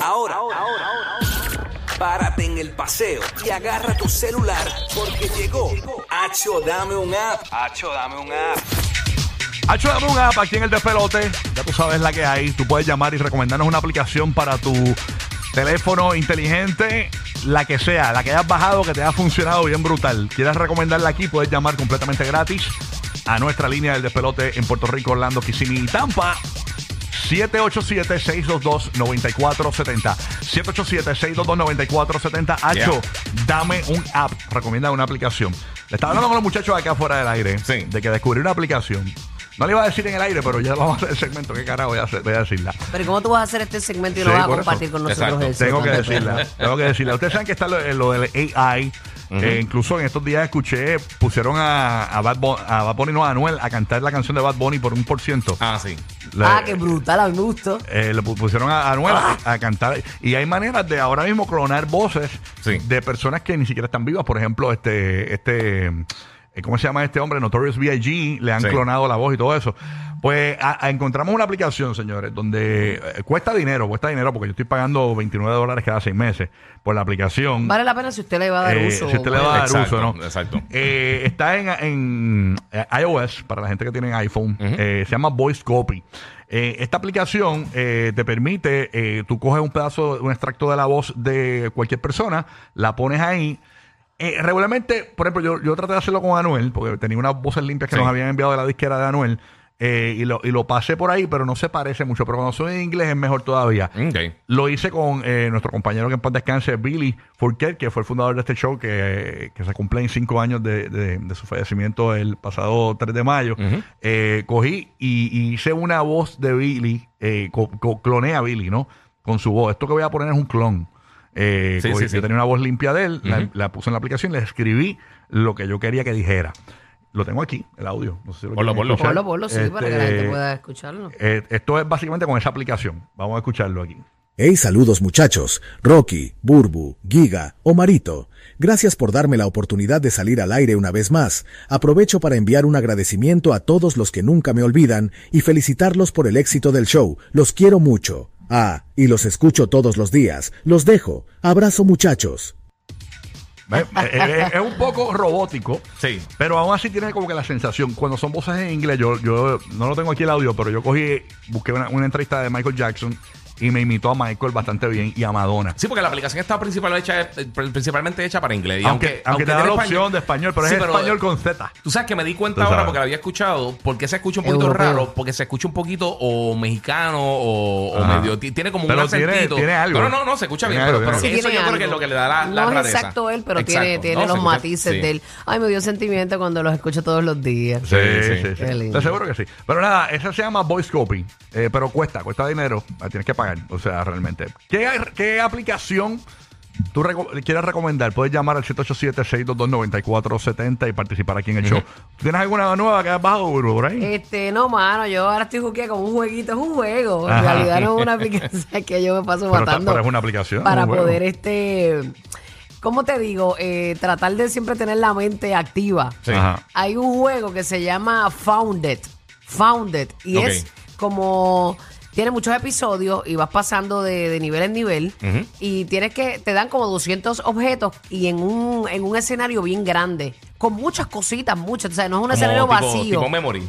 Ahora, ahora, ahora, ahora. Párate en el paseo y agarra tu celular porque llegó. Hacho, dame un app. Hacho, dame un app. Hacho, dame un app aquí en el despelote. Ya tú sabes la que hay. Tú puedes llamar y recomendarnos una aplicación para tu teléfono inteligente, la que sea, la que hayas bajado, que te haya funcionado bien brutal. Quieres recomendarla aquí, puedes llamar completamente gratis a nuestra línea del despelote en Puerto Rico, Orlando, Kissimmee y Tampa. 787-622-9470. 787-622-9470. Hacho, dame un app. Recomienda una aplicación. Le estaba hablando con los muchachos acá fuera del aire. Sí. De que descubrí una aplicación. No le iba a decir en el aire, pero ya lo vamos a hacer el segmento. ¿Qué cara voy a, hacer? Voy a decirla? Pero ¿cómo tú vas a hacer este segmento y Sí, lo vas a por compartir eso. con nosotros Exacto. eso? Tengo que tanto decirla, tiempo? tengo que decirla. Ustedes saben que está lo, lo del AI. Eh, incluso en estos días escuché, pusieron a, a, Bad Bunny, a Bad Bunny, no a Anuel, a cantar la canción de Bad Bunny por un por ciento. Ah, sí. Le- Ah, qué brutal, a mí me gustó. eh, le pu- pusieron a Anuel a- Ah. a cantar. Y hay maneras de ahora mismo clonar voces Sí. de personas que ni siquiera están vivas. Por ejemplo, este, este, eh, ¿cómo se llama este hombre? Notorious B.I.G. Le han Sí. clonado la voz y todo eso. Pues a- a- encontramos una aplicación, señores, donde eh, cuesta dinero, cuesta dinero, porque yo estoy pagando 29 dólares cada seis meses por la aplicación. Vale la pena si usted le va a dar Eh, uso. si usted le va a dar Exacto, uso, ¿no? exacto. Eh, está en, en, eh, iOS, para la gente que tiene iPhone, eh, se llama Voice Copy. Eh, esta aplicación eh, te permite, eh, tú coges un pedazo, un extracto de la voz de cualquier persona, la pones ahí. Eh, regularmente, por ejemplo, yo, yo traté de hacerlo con Anuel, porque tenía unas voces limpias que Sí. nos habían enviado de la disquera de Anuel, eh, y, lo, y lo pasé por ahí, pero no se parece mucho. Pero cuando son en inglés es mejor todavía. Ok. Lo hice con eh, nuestro compañero que en paz descanse, Billy Fourquet, que fue el fundador de este show, que, que se cumplen cinco años de, de- de su fallecimiento el pasado 3 de mayo. Eh, cogí y, y hice una voz de Billy, eh, co- co- cloné a Billy, ¿no? Con su voz. Esto que voy a poner es un clon. Eh, Sí, cogí- sí, sí. Yo tenía una voz limpia de él, la- la, puse en la aplicación, le escribí lo que yo quería que dijera. Lo tengo aquí, el audio. No sé si lo Ponlo, quieren ponlo. escuchar. Ponlo, ponlo, sí, para que la Este, gente pueda escucharlo. eh, esto es básicamente con esa aplicación. Vamos a escucharlo aquí. Hey, saludos muchachos, Rocky, Burbu, Giga, Omarito. Gracias por darme la oportunidad de salir al aire una vez más. Aprovecho para enviar un agradecimiento a todos los que nunca me olvidan y felicitarlos por el éxito del show. Los quiero mucho. Ah, y los escucho todos los días. Los dejo. Abrazo muchachos. ¿Ves? Eh, eh, es un poco robótico. Sí. Pero aún así tiene como que la sensación. Cuando son voces en inglés, yo, yo no lo tengo aquí el audio, pero yo cogí, busqué una, una entrevista de Michael Jackson y me imitó a Michael bastante bien y a Madonna. Sí, porque la aplicación está principal hecha, eh, principalmente hecha para inglés. Y Aunque, aunque, te da la tiene opción de español, pero Sí, es español con Z. Tú sabes que me di cuenta Tú ahora sabes. porque la había escuchado, porque se escucha un poquito Europeo. raro, porque se escucha un poquito o mexicano o, o Ajá. medio. ti- Tiene como Pero un tiene- acentito. tiene algo. No, no, no, se escucha Tiene bien, algo, pero, pero tiene eso yo creo que es lo que le da la, la No es rareza. exacto él, pero tiene, Exacto. tiene No, se los escucha- matices sí. de él. Ay, me dio sentimiento cuando los escucho todos los días. Sí, sí, sí, sí. sí. Qué lindo. Te aseguro que sí. Pero nada, esa se llama voice copy. eh, pero cuesta, cuesta dinero. La tienes que pagar. O sea, realmente. ¿Qué, qué aplicación tú reco- quieres recomendar? Puedes llamar al 787-622-9470 y participar aquí en el show. ¿Tú tienes alguna nueva que has bajado, Burbu, por ahí? Este, no, mano, yo ahora estoy juquea como un jueguito, es un juego. En Ajá. realidad no es una aplicación que yo me paso Pero está- matando. pero es una aplicación, Para un juego. poder, este, ¿cómo te digo? Eh, tratar de siempre tener la mente activa. Sí. Ajá. Hay un juego que se llama Founded. Founded. Y Ok. es como. Tiene muchos episodios y vas pasando de, de nivel en nivel. Y tienes que. Te dan como 200 objetos y en un, en un escenario bien grande. Con muchas cositas, muchas. O sea, no es un Como escenario tipo- vacío. Tipo memory.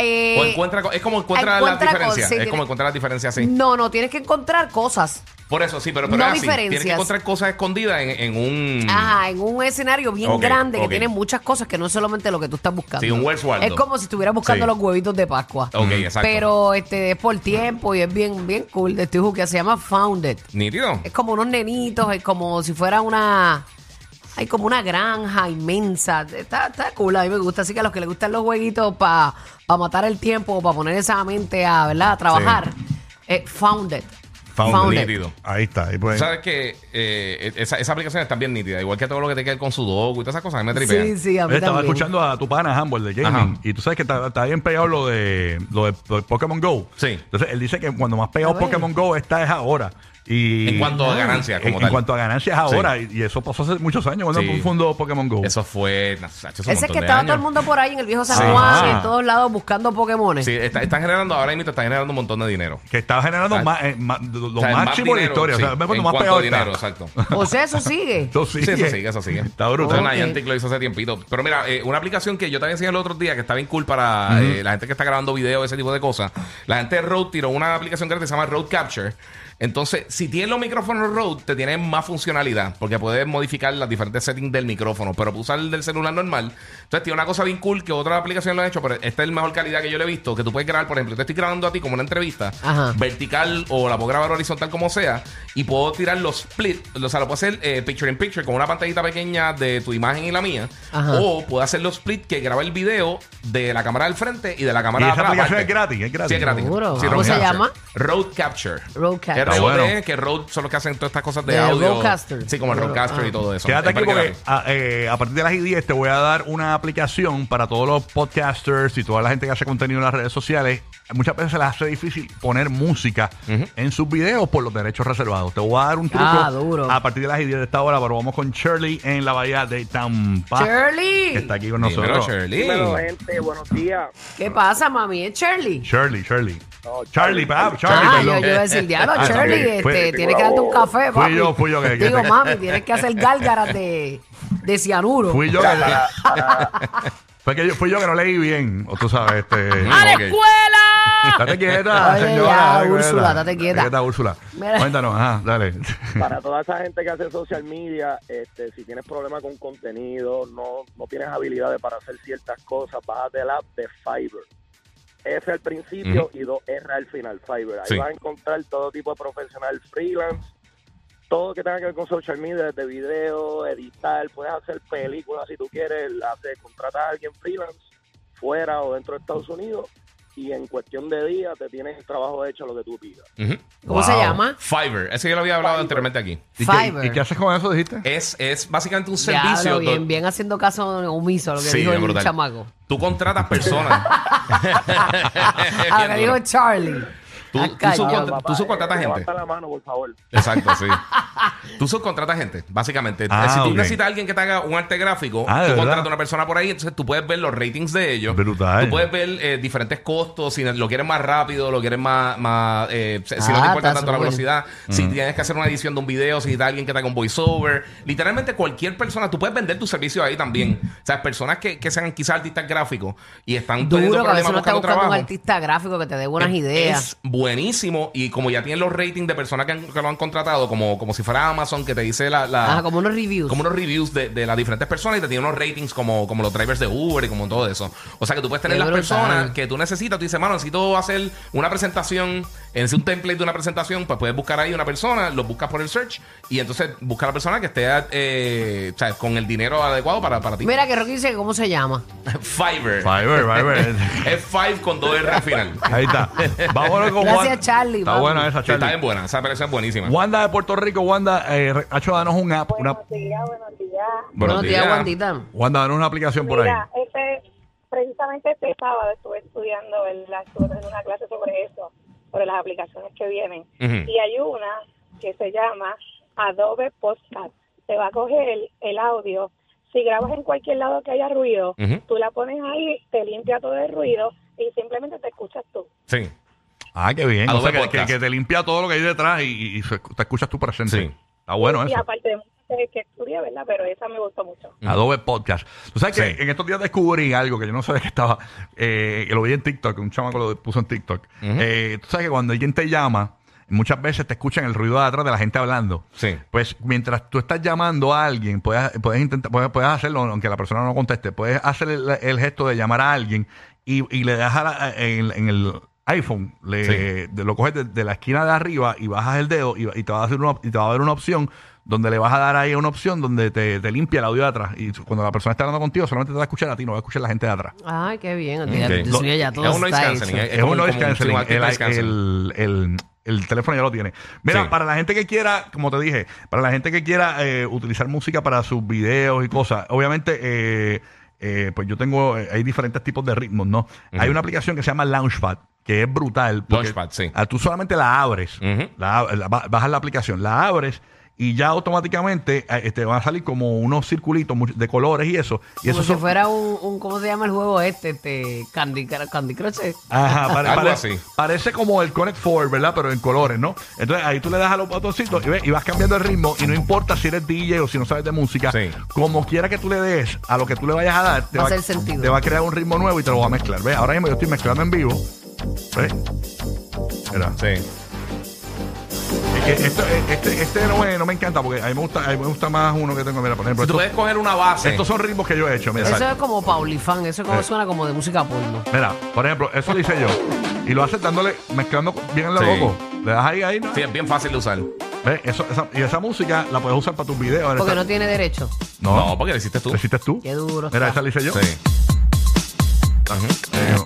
Eh, o encuentra, co- es como encuentra, encuentra las diferencias. cosas, sí, es tiene- como encontrar las diferencias así. No, no, tienes que encontrar cosas. Por eso, sí, pero, pero No es así. Tienes que diferencias. encontrar cosas escondidas en, en un. Ajá, en un escenario bien Mm. Ok, grande ok. que tiene muchas cosas que no es solamente lo que tú estás buscando. Sí, un Wells Waldo. Es como si estuvieras Sí. buscando los huevitos de Pascua. Mm. Ok, exacto. Pero este es por tiempo y es bien, bien cool de este juego que se llama Founded. Nítido. Es como unos nenitos, es como si fuera una. Hay como una granja inmensa. Está, está cool, a mí me gusta. Así que a los que les gustan los jueguitos para matar el tiempo o para poner esa mente a, ¿verdad? a trabajar, eh, Founded. Founded. Nítido. Ahí está. Ahí pueden- Sabes que eh, esa, esa aplicación está bien nítida, igual que todo lo que te queda con sudoku y todas esas cosas, a mí me tripean. Sí, sí, a mí Oye, Estaba también. escuchando a tu pana Humble de gaming Ajá. y tú sabes que está, está bien pegado lo de, lo de lo de Pokémon Go. Sí. Entonces él dice que cuando más pegado A ver. Ah. Pokémon Go está es ahora. Y, En cuanto a ganancias, como en, tal. en cuanto a ganancias ahora, y, y eso pasó hace muchos años cuando Sí. fundó Pokémon Go. Eso fue. no, hace un Ese es montón que de estaba todo años. el mundo por ahí en el viejo San Sí. Juan y Ajá. en todos lados buscando Pokémones. Sí, está- están generando, ahora mismo están generando un montón de dinero. Que estaba generando Ah. más, eh, más- lo O sea, más máximo de la dinero, historia. sí, o sea, me en más cuanto a pegado dinero, está. exacto. O sea, eso sigue. Eso Sí, sigue. eso sigue, eso sigue. Está brutal. Entonces, Ok. Niantic lo hizo hace tiempito. Pero mira, eh, una aplicación que yo también enseñé el otro día que está bien cool para eh, la gente que está grabando videos, ese tipo de cosas. La gente de Rode tiró una aplicación gratis que se llama Rode Capture. Entonces, si tienes los micrófonos Rode, te tienen más funcionalidad porque puedes modificar las diferentes settings del micrófono, pero puedes usar el del celular normal. Entonces, tiene una cosa bien cool que otras aplicaciones lo han hecho, pero esta es la mejor calidad que yo le he visto, que tú puedes grabar, por ejemplo, te estoy grabando a ti como una entrevista, Ajá. vertical o la puedo grabar horizontal como sea y puedo tirar los split, o sea, lo puedo hacer eh, picture in picture con una pantallita pequeña de tu imagen y la mía Ajá. o puedo hacer los split que graba el video de la cámara del frente y de la Y cámara de esa atrás. aplicación aparte. es gratis, es gratis. Sí, es gratis. Seguro. Sí, ¿Cómo Road se Capture. llama? Road Capture. Road Capture. R-O-D, Está bueno. que Road son los que hacen todas estas cosas de, De audio. Roadcaster. Sí, como el Claro. Roadcaster Ah. y todo eso. Quédate Es aquí porque gratis. a, eh, a partir de las I10 te voy a dar una aplicación para todos los podcasters y toda la gente que hace contenido en las redes sociales. Muchas veces se les hace difícil poner música en sus videos por los derechos reservados. Te voy a dar un truco Ah, duro. a partir de las I10 de esta hora, pero vamos con Shirley en la bahía de Tampa. Shirley. Que está aquí con Dímelo, nosotros. Shirley. Dímelo, eh. gente, buenos días. ¿Qué pasa, mami? ¿Es Shirley? Shirley, Shirley. No, Charlie, Charlie. pa, Charlie, Ah, yo, perdón. yo iba a decir, diablo, Ah, Shirley, también. este, Fue- tienes que darte un café, Fui papi. yo, fui yo que- Digo, mami, tienes que hacer gárgaras de, de cianuro. Fui yo que fue que yo, fui yo que no leí bien, o tú sabes, este. ¡A la Ok. escuela! Date quieta, Oye, señora. ya, date Úrsula, date quieta. Úrsula. Mira. Cuéntanos, ajá, dale. Para toda esa gente que hace social media, este, si tienes problemas con contenido, no, no tienes habilidades para hacer ciertas cosas, bájate el app de Fiverr. F al principio y 2R al final, Fiverr. Ahí Sí. vas a encontrar todo tipo de profesional freelance, todo que tenga que ver con social media, desde video, editar, puedes hacer películas si tú quieres, hacer, contratas a alguien freelance fuera o dentro de Estados Unidos y en cuestión de días te tienes el trabajo hecho lo que tú pidas. Ujú. ¿Cómo se Wow. llama? Fiverr. Ese yo lo había hablado anteriormente aquí. ¿Y Fiverr. qué, ¿Y qué haces con eso, dijiste? Es, es básicamente un Diablo, servicio. do- bien, bien haciendo caso omiso a lo que Sí, dijo es el brutal. chamaco. Tú contratas personas. A Ah, lo que dijo Charlie. Tú- Ah, tú callado. subcontra- Papá, tú subcontratas eh, gente. Levanta la mano, por favor. Exacto, sí. tú subcontratas gente, básicamente. Ah, si tú ok. necesitas a alguien que te haga un arte gráfico, Ah, ¿de tú verdad? contratas a una persona por ahí, entonces tú puedes ver los ratings de ellos. Brutal. Tú puedes ver eh, diferentes costos, si lo quieres más rápido, lo quieres más... más eh, si si no Ah, te importa está tanto la súper. velocidad, si Mm. tienes que hacer una edición de un video, si necesitas a alguien que te haga un voiceover. Literalmente cualquier persona, tú puedes vender tu servicio ahí Mm. también. O sea, personas que, que sean quizás artistas gráficos y están teniendo Duro, que a problemas veces no está buscando buscando trabajo. un artista gráfico que te dé buenas Es- ideas. Es buenísimo y como ya tienen los ratings de personas que, han- que lo han contratado, como, como si fuera Amazon que te dice la... la- Ajá, como unos reviews. como unos reviews de, de las diferentes personas y te tiene unos ratings como, como los drivers de Uber y como todo eso. O sea que tú puedes tener Qué las brutal. personas que tú necesitas. Tú dices, mano, necesito hacer una presentación, necesito un template de una presentación. Pues puedes buscar ahí una persona, lo buscas por el search y entonces busca la persona que esté eh, o sea, con el dinero adecuado para, para ti. Mira que Rocky dice que cómo se llama. Fiverr. Fiverr, Fiverr. Es Five con dos R al final. Ahí está. Vámonos con Gracias, Juan- Charlie, Está papi. buena esa, Sí, está Charlie. bien buena, esa pelea es buenísima. Wanda de Puerto Rico, Wanda, eh, re- Hacho, danos un app. Una, Buenos días, buenos días. Buenos días, Wandita. Wanda, danos una aplicación por ahí. Mira, este, precisamente este sábado estuve estudiando, ¿verdad? estuve en una clase sobre eso, sobre las aplicaciones que vienen. Ujú. Y hay una que se llama Adobe Podcast. Te va a coger el, el audio. Si grabas en cualquier lado que haya ruido, Ujú. tú la pones ahí, te limpia todo el ruido y simplemente te escuchas tú. Sí, Ah, qué bien. Adobe O sea, que- que, Podcast. que te limpia todo lo que hay detrás y, y- y se- te escuchas tu presente. Sí. Está bueno y eso. aparte de muchas que estudié, ¿verdad? Pero esa me gustó mucho. Adobe Podcast. Tú sabes que Sí. en estos días descubrí algo que yo no sabía que estaba, eh, que lo vi en TikTok, un chamaco lo puso en TikTok. Eh, tú sabes que cuando alguien te llama, muchas veces te escuchan el ruido de atrás de la gente hablando. sí. Pues mientras tú estás llamando a alguien, puedes, puedes intentar, puedes, puedes hacerlo, aunque la persona no conteste, puedes hacer el, el gesto de llamar a alguien y, y le das a la- en, en el iPhone, le, de- lo coges de, de la esquina de arriba y bajas el dedo y, y te va a hacer una, y te va a dar una opción donde le vas a dar ahí una opción donde te, te limpia el audio de atrás. Y cuando la persona está hablando contigo, solamente te va a escuchar a ti, no va a escuchar a la gente de atrás. Ay, qué bien. Ok. Dios mío, ya Es todo un noise está canceling, hecho. eh. Es un noise como un- canceling. sí, un active El, noise canceling. el- el- el teléfono ya lo tiene. Mira, Sí. para la gente que quiera, como te dije, para la gente que quiera eh, utilizar música para sus videos y cosas, obviamente, eh, eh, pues yo tengo, eh, hay diferentes tipos de ritmos, ¿no? Hay una aplicación que se llama Launchpad, que es brutal. porque Launchpad, sí. a- Tú solamente la abres, Ujú. la ab- la ba- bajas la aplicación, la abres y ya automáticamente eh, este, van a salir como unos circulitos much- de colores y eso. Y Como eso si fuera un, un- ¿cómo se llama el juego este? este Candy, Cru- Candy Crush. eh. Ajá, pare- Algo pare- así. parece como el Connect 4, ¿verdad? Pero en colores, ¿no? Entonces ahí tú le das a los botoncitos y, ves, y vas cambiando el ritmo y no importa si eres DJ o si no sabes de música, Sí. como quiera que tú le des a lo que tú le vayas a dar, te Va a va, hacer sentido. te va a crear un ritmo nuevo y te lo va a mezclar. ¿Ves? Ahora mismo yo estoy mezclando en vivo. ¿Ves? Mira. Sí. Es que esto- este este no, me, no me encanta porque a mí me gusta, a mí me gusta más uno que tengo. Mira, por ejemplo, Si tú estos, puedes coger una base. estos son ritmos que yo he hecho. Mira, Eso es como Paulifan, eso es como Eh. suena como de música porno. mira, por ejemplo, eso lo hice yo. Y lo haces dándole, mezclando bien en lo Sí. loco. Le das ahí, ahí, ¿no? Sí, es bien fácil de usar. ¿Ves? Eso- esa- y esa música la puedes usar para tus videos. Porque Esa- no tiene derecho. No, porque lo hiciste ¿Lo tú. hiciste tú? Qué duro Mira, está. esa la hice yo. Sí. Ajá. Eh,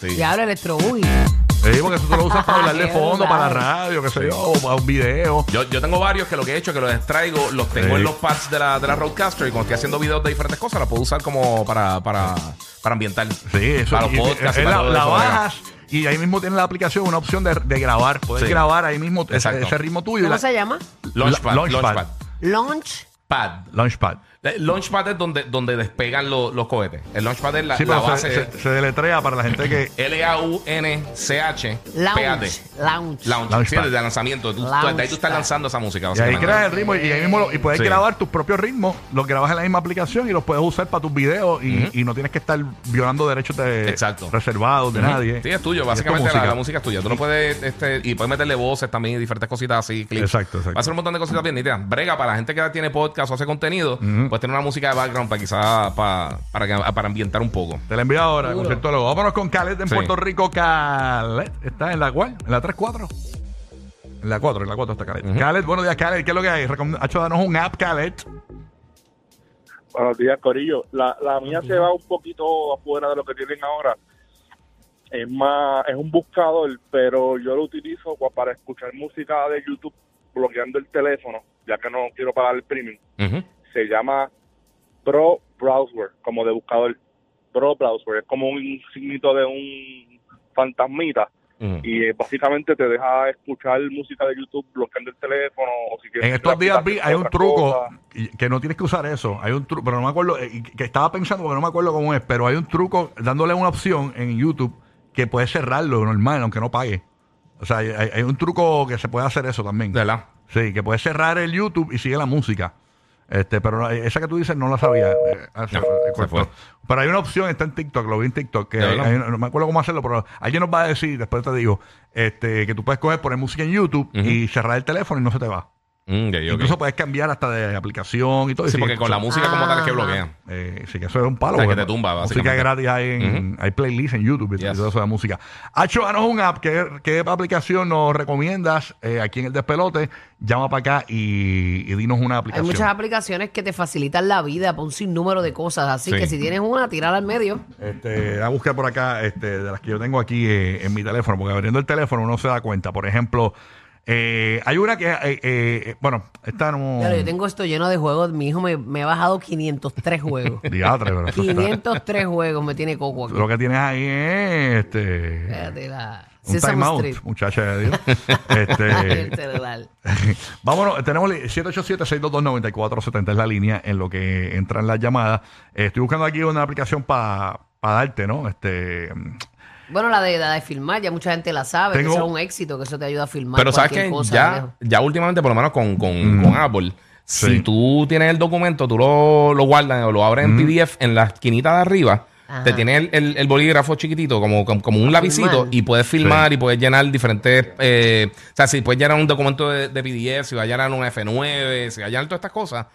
Sí. Y habla Electro Boogie. sí, porque eso tú lo usas para hablar de Qué fondo, brutal. para la radio, qué sé yo, o para un video. Yo, yo tengo varios que lo que he hecho es que los extraigo, los tengo Sí. en los pads de la, de la Roadcaster y cuando estoy haciendo videos de diferentes cosas, los puedo usar como para, para, para ambientar. Sí, eso Para los y- podcasts. es y para la, todo la eso, bajas y ahí mismo tienes la aplicación una opción de, de grabar. Puedes Sí. grabar ahí mismo ese- Exacto. ese ritmo tuyo. y ¿Cómo la- se llama? mira. Launchpad. La- launchpad. Launchpad. Launch. Pad. Launchpad. Eh, Launchpad es donde, donde despegan lo- los cohetes. El launchpad es la, Sí, la pero base. se, se- se deletrea para la gente que. L-A-U-N-C-H. P-A-D. Lounge. Lounge. Launch. Launchpad. Sí, el de lanzamiento. Tú, tú- Launchpad. ahí tú estás lanzando esa música. Y ahí básicamente. creas el ritmo y, y ahí mismo lo- y puedes Sí. grabar tus propios ritmos, los grabas en la misma aplicación y los puedes usar para tus videos y, y no tienes que estar violando derechos de- Exacto. reservados de Ujú. nadie. Sí, es tuyo. Y Básicamente es tu la, la música es tuya. Tú no puedes. Este, y puedes meterle voces también y diferentes cositas así. clips. Exacto, exacto. Va a ser un montón de cositas bien nítidas. Brega para la gente que tiene podcast o hace contenido. Pues tener una música de background para quizás. Para, para, que- para ambientar un poco. Te la envío ahora, conceptólogo. Vámonos con Calet en Sí. Puerto Rico. Calet está en la cual? ¿En la 3-4? En la 4, en la 4 está Calet. Calet, buenos días, Calet. ¿Qué es lo que hay? Recom- Hacho, danos un app, Calet. Buenos días, Corillo. La, la mía se va un poquito afuera de lo que tienen ahora. Es más, es un buscador, pero yo lo utilizo gua- para escuchar música de YouTube bloqueando el teléfono, ya que no quiero pagar el premium. Ujú. Se llama Pro Browser, como de buscador. Pro Browser, es como un signito de un fantasmita Ujú. y eh, básicamente te deja escuchar música de YouTube bloqueando el teléfono. O si quieres En estos días vi, aplicarte hay un otra truco cosa. y- que no tienes que usar eso. Hay un truco, pero no me acuerdo, eh, y que que estaba pensando porque no me acuerdo cómo es, pero hay un truco dándole una opción en YouTube que puedes cerrarlo normal, aunque no pague. O sea, hay, hay- hay un truco que se puede hacer eso también. ¿De verdad? Sí, que puedes cerrar el YouTube y sigue la música. Este, pero la- esa que tú dices no la sabía. Eh, ah, se- No, eh, se cortó. fue. Pero hay una opción, está en TikTok, lo vi en TikTok, que ¿De verdad? hay- no me acuerdo cómo hacerlo, pero alguien nos va a decir, después te digo, este, que tú puedes coger, poner música en YouTube Ujú. y cerrar el teléfono y no se te va. Mm, ya, ya, ok. Incluso puedes cambiar hasta de aplicación y todo. y Sí, sigue porque con la escuchando. música como tal es que Ah. bloquean. Eh, sí, que eso es un palo. O sea, que porque te tumba, Música básicamente. gratis hay en hay playlists en YouTube y Yes. todo eso de música. Hacho, danos un app. ¿Qué, qué aplicación nos recomiendas eh, aquí en el despelote? Llama para acá y, y dinos una Hay aplicación. muchas aplicaciones que te facilitan la vida para un sinnúmero de cosas. Así Sí. que si tienes una, tirala al medio. Este, a buscar por acá este, de las que yo tengo aquí eh, en mi teléfono, porque abriendo el teléfono uno se da cuenta. Por ejemplo, eh, hay una que, eh, eh, eh, bueno, esta no. Claro, yo tengo esto lleno de juegos. Mi hijo me, me ha bajado 503 juegos. Diatre, pero eso está- 503 juegos me tiene Coco aquí. Lo que tienes ahí es este. Espérate, la... Un Sesame time out, Street. Ah, muchacha de Dios. El este, celular. vámonos, tenemos li- 787-622-9470 es la línea en lo que entran las llamadas. Eh, estoy buscando aquí una aplicación para darte, ¿no? Este, mm, Bueno, la de, la de filmar, ya mucha gente la sabe. Tengo- Que eso es un éxito, que eso te ayuda a filmar. Pero sabes cualquier que cosa, ya, viejo. ya últimamente, por lo menos con, con, con Apple, Sí. si tú tienes el documento, tú lo, lo guardas o lo abres en PDF en la esquinita de arriba, Ajá. te tiene el, el- el bolígrafo chiquitito, como, como, como un lapicito, filmar. y puedes filmar y puedes llenar diferentes. eh, o sea, si puedes llenar un documento de, de PDF, si vas a llenar un F9, si vas a llenar todas estas cosas.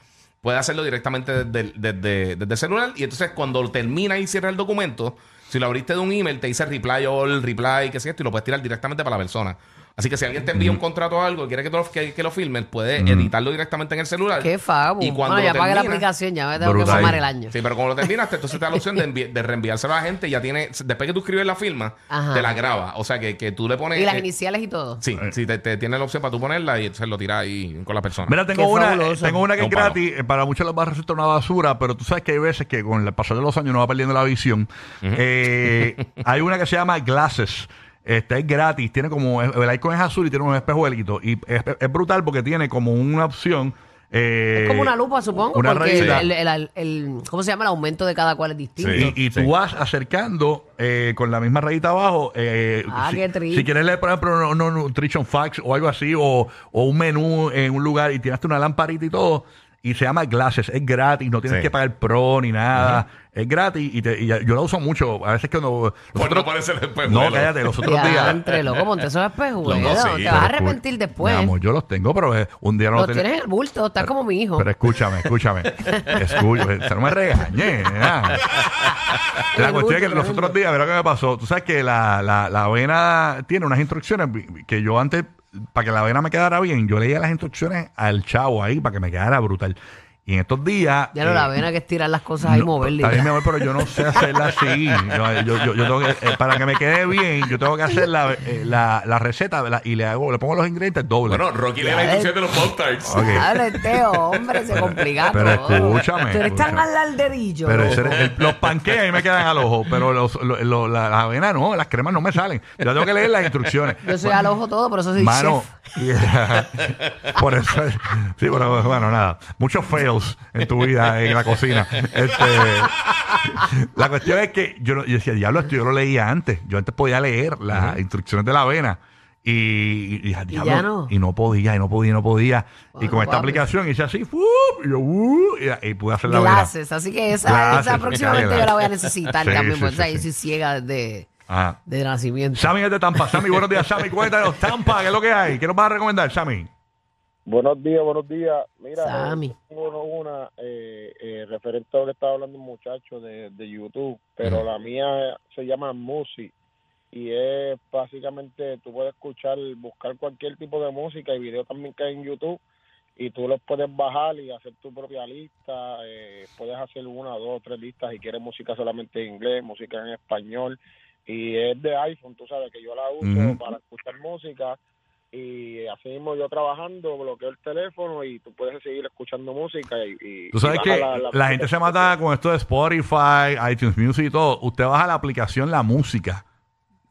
Puedes hacerlo directamente desde, el- desde- desde el celular y entonces cuando termina y cierra el documento, si lo abriste de un email, te dice reply all, reply, qué sé esto, y lo puedes tirar directamente para la persona. Así que si alguien te envía un contrato o algo y quiere que, tú lo- que, que lo firmes, puedes editarlo directamente en el celular. Qué favo. Y cuando Bueno, ya lo pagué la terminas- aplicación, ya me tengo Brutal. que mamar el año. Sí, pero cuando lo terminaste, entonces te da la opción de, envi- de reenviárselo a la gente. y Ya tiene, después que tú escribes la firma, Ajá. te la graba. O sea que, que tú le pones. Y las eh, iniciales y todo. Sí, sí, te, te tiene la opción para tú ponerla y entonces lo tiras ahí con la persona. Mira, tengo Qué una, fabuloso. tengo una que es Un palo. gratis. eh, Para muchos les va a resultar una basura, pero tú sabes que hay veces que con el pasar de los años uno va perdiendo la visión. Eh, hay una que se llama Glasses. Este es gratis, tiene como, el icon es azul y tiene un espejuelito. Y es, es brutal porque tiene como una opción. eh, Es como una lupa, supongo, una porque el, rayita. el- el- el- ¿cómo se llama? El aumento de cada cual es distinto. Y, y tú Sí. vas acercando eh, con la misma rayita abajo. eh, Ah, si, qué tri. si quieres leer, por ejemplo, no, no, Nutrition Facts o algo así, o, o un menú en un lugar y tiraste una lamparita y todo, y se llama Glasses. Es gratis, no tienes Sí. que pagar pro ni nada. Es gratis y, te- y yo la uso mucho. A veces que no. Por no ponerse el espejo. No, cállate, los otros Ya, días. entre loco, ponte esos espejuelos. Loco, sí, te vas Pero, a pues, arrepentir después. mi amor, yo los tengo, pero eh, un día no los Los tenía. tienes en el bulto, estás como mi hijo. Pero escúchame, escúchame. escúchame. No me regañes. nena. La El cuestión es que bulto, los el otros días, verá qué me pasó. Tú sabes que la, la, la avena tiene unas instrucciones que yo antes, para que la avena me quedara bien, yo leía las instrucciones al chavo ahí para que me quedara brutal. Y en estos días. Ya no la eh, ven a que estirar las cosas ahí y no, moverle. Está bien, mi amor, pero yo no sé hacerla así. Yo, yo- yo- yo tengo que, eh, para que me quede bien, yo tengo que hacer la, eh, la, la receta la- y le hago, le pongo los ingredientes dobles. Bueno, Rocky lee la instrucción de los Pop-Tarts. Ok. Dale, Teo, este hombre, se complica Pero todo. escúchame, Tú eres tan escúchame. alarderillo. Pero ese- loco. el- los panqueques ahí me quedan al ojo, pero los, lo- lo- la- las avenas no, las cremas no me salen. Yo tengo que leer las instrucciones. Yo soy al ojo todo, por eso soy Mano, chef. y- por eso, sí, bueno, bueno, nada, muchos fails en tu vida en la cocina. Este, la cuestión es que yo, no- yo decía, diablo, esto yo lo leía antes. Yo antes podía leer las instrucciones de la avena. Y, y, y, diablo, ya no? y no podía, y no podía, y no podía. y Bueno, con esta papi. aplicación hice así, ¡fup! y yo, ¡uh! y, y pude hacer la avena. Clases, así que esa, Glasses, esa próximamente claro. yo la voy a necesitar Sí, también, sí, porque sí, esa yo sí. soy ciega de, Ajá. de nacimiento. Sammy es de Tampa. Sammy, buenos días, Sammy. Cuéntanos, Tampa, ¿qué es lo que hay? ¿Qué nos vas a recomendar, Sammy? Buenos días, buenos días. Mira, eh, Sammy. tengo uno- una eh, eh, referente a lo que estaba hablando un muchacho de, de YouTube, pero la mía se llama Musi y es básicamente tú puedes escuchar, buscar cualquier tipo de música y video también que hay en YouTube y tú los puedes bajar y hacer tu propia lista, eh, puedes hacer una, dos, tres listas si quieres música solamente en inglés, música en español y es de iPhone, tú sabes que yo la uso Ujú. para escuchar música y así mismo yo trabajando bloqueo el teléfono y tú puedes seguir escuchando música y, y- Tú sabes y que baja la, gente se mata con esto de Spotify, iTunes Music y todo. Usted baja la aplicación La Música,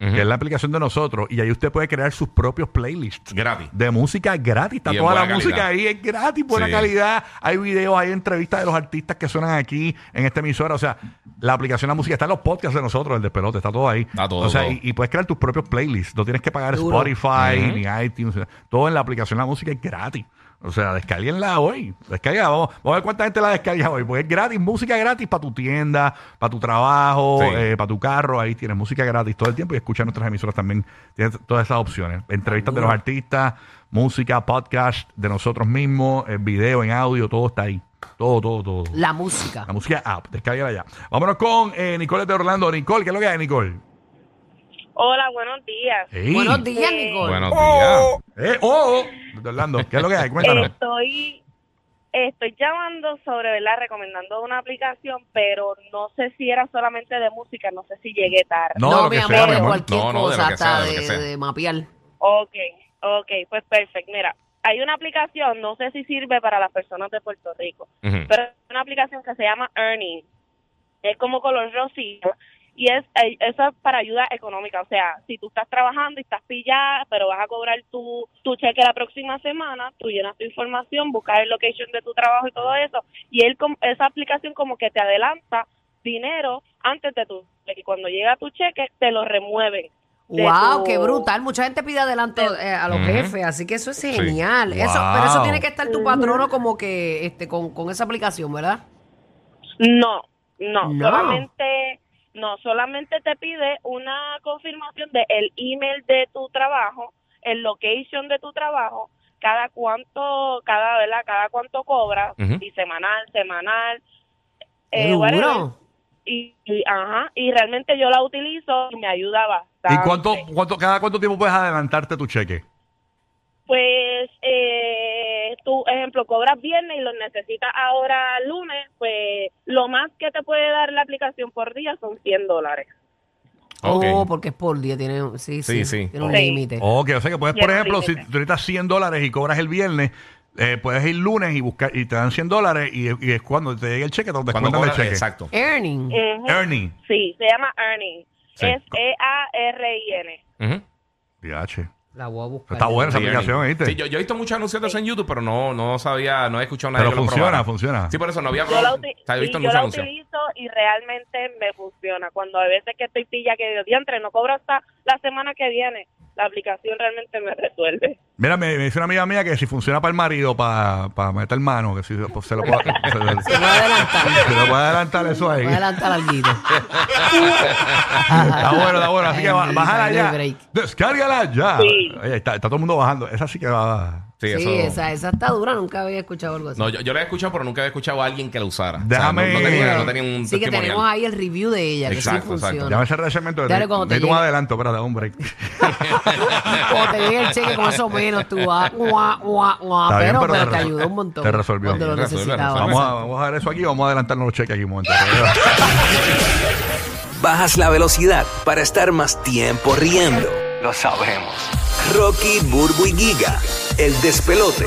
que es la aplicación de nosotros, y ahí usted puede crear sus propios playlists Gratis. de música gratis. Está Y en toda la buena música calidad. ahí, es gratis, buena Sí. calidad. Hay videos, hay entrevistas de los artistas que suenan aquí en esta emisora. O sea, la aplicación La Música está en los podcasts de nosotros, el de pelote, está todo ahí. Está todo, o sea, todo. Y, y puedes crear tus propios playlists. No tienes que pagar Duro. Spotify, Ujú. ni iTunes. Todo en la aplicación La Música es gratis. O sea, descarguenla hoy. Descarga, vamos, vamos a ver cuánta gente la descarga hoy. Porque es gratis, música gratis para tu tienda, para tu trabajo, Sí. eh, para tu carro. Ahí tienes música gratis todo el tiempo y escucha nuestras emisoras también. Tienes todas esas opciones. Entrevistas de los artistas, música, podcast de nosotros mismos, eh, video, en audio, todo está ahí. Todo, todo, todo. La música. La música app, descarga ya. Vámonos con eh, Nicole de Orlando. Nicole, ¿qué es lo que hay, Nicole? Hola, buenos días. Ey. Buenos días, Sí. Nicole. Buenos Oh, días. eh, oh, oh. De Orlando, ¿qué es lo que hay? Cuéntanos. Estoy estoy llamando sobre, ¿verdad? Recomendando una aplicación, pero no sé si era solamente de música, no sé si llegué tarde. No, No, de lo mi que amor, sea, mi amor. cualquier No, no, de lo cosa que sea, hasta de lo que de, sea. de mapear. Ok, ok, pues perfecto. Mira, hay una aplicación, no sé si sirve para las personas de Puerto Rico, Ujú. pero es una aplicación que se llama Earning. Es como color rosita y es eh, eso es para ayuda económica. O sea, si tú estás trabajando y estás pillada, pero vas a cobrar tu, tu cheque la próxima semana, tú llenas tu información, buscas el location de tu trabajo y todo eso, y él com- esa aplicación como que te adelanta dinero antes de tu de que cuando llega tu cheque te lo remueven. de Wow, tu- qué brutal. Mucha gente pide adelanto eh, a los Ujú. jefes, así que eso es genial. Eso, Wow. pero eso tiene que estar tu patrono como que este con, con esa aplicación, ¿verdad? No, no, No. solamente no, solamente te pide una confirmación de el email de tu trabajo, el location de tu trabajo, cada cuánto, cada, ¿verdad? Cada cuánto cobras, Ujú. y semanal, semanal. Qué eh, whatever. duro. Y, y, ajá, y realmente yo la utilizo y me ayuda bastante. ¿Y cuánto, cuánto, cada cuánto tiempo puedes adelantarte tu cheque? Pues, eh, tú, ejemplo, cobras viernes y lo necesitas ahora lunes, pues lo más que te puede dar la aplicación por día son 100 dólares. Ok. Oh, porque es por día, tiene, sí, sí, Sí, sí. tiene un Sí. límite. Ok, o sea que puedes, Bien, por ejemplo, si límite. tú necesitas 100 dólares y cobras el viernes, eh, puedes ir lunes y buscar y te dan 100 dólares y, y es cuando te llegue el cheque, te Cuando descuentan el cobra- Eh. cheque. Exacto. Earning. Ujú. Ernie. Sí, se llama Earning. Sí. Es E E-A-R-I-N. Ujú. Diache. La voy a buscar. Está buena esa Sí, aplicación, Ernie. ¿viste? Sí, yo, yo he visto muchos anuncios de eso en YouTube, pero no, no sabía, no he escuchado nada Pero funciona, funciona. Sí, por eso no había Yo la, probado. uti- O sea, he sí, visto yo muchos la anuncios. utilizo y realmente me funciona. Cuando a veces que estoy pilla que digo, diantre, no cobro hasta la semana que viene, la aplicación realmente me resuelve. Mira, me, me dice una amiga mía que si funciona para el marido, para, para meter mano, que si se, pues, se lo puede se lo- Se puede adelantar. se lo puede adelantar eso ahí. Voy a adelantar alguito. Está bueno, está bueno. Así que ba- Ay, bájala no hay ya. break. Descárgala ya. Sí. Oye, está, está todo el mundo bajando. Esa sí que va. Sí, Sí, eso. esa, esa está dura, nunca había escuchado algo así. No, yo, yo la he escuchado, pero nunca había escuchado a alguien que la usara. Déjame- no, no tenía, no tenía un Eh, sí, que testimonial. tenemos ahí el review de ella, que sí Exacto, exacto. funciona. Ya me cerré el segmento de Dale, cuando te Necesito un llegue. adelanto, espérate, dame un break. Cuando te llegue el cheque con eso menos, tú vas, guau, guau, guau. Está bien, pero Pero, te pero te resol- ayudó un montón. te resolvió. Cuando lo Te resolvió, necesitabas. resolvió. Vamos a, vamos a dejar eso aquí y vamos a adelantarnos los cheques aquí un momento. Bajas la velocidad para estar más tiempo riendo. Lo sabremos. Rocky, Burbu y Giga, el despelote.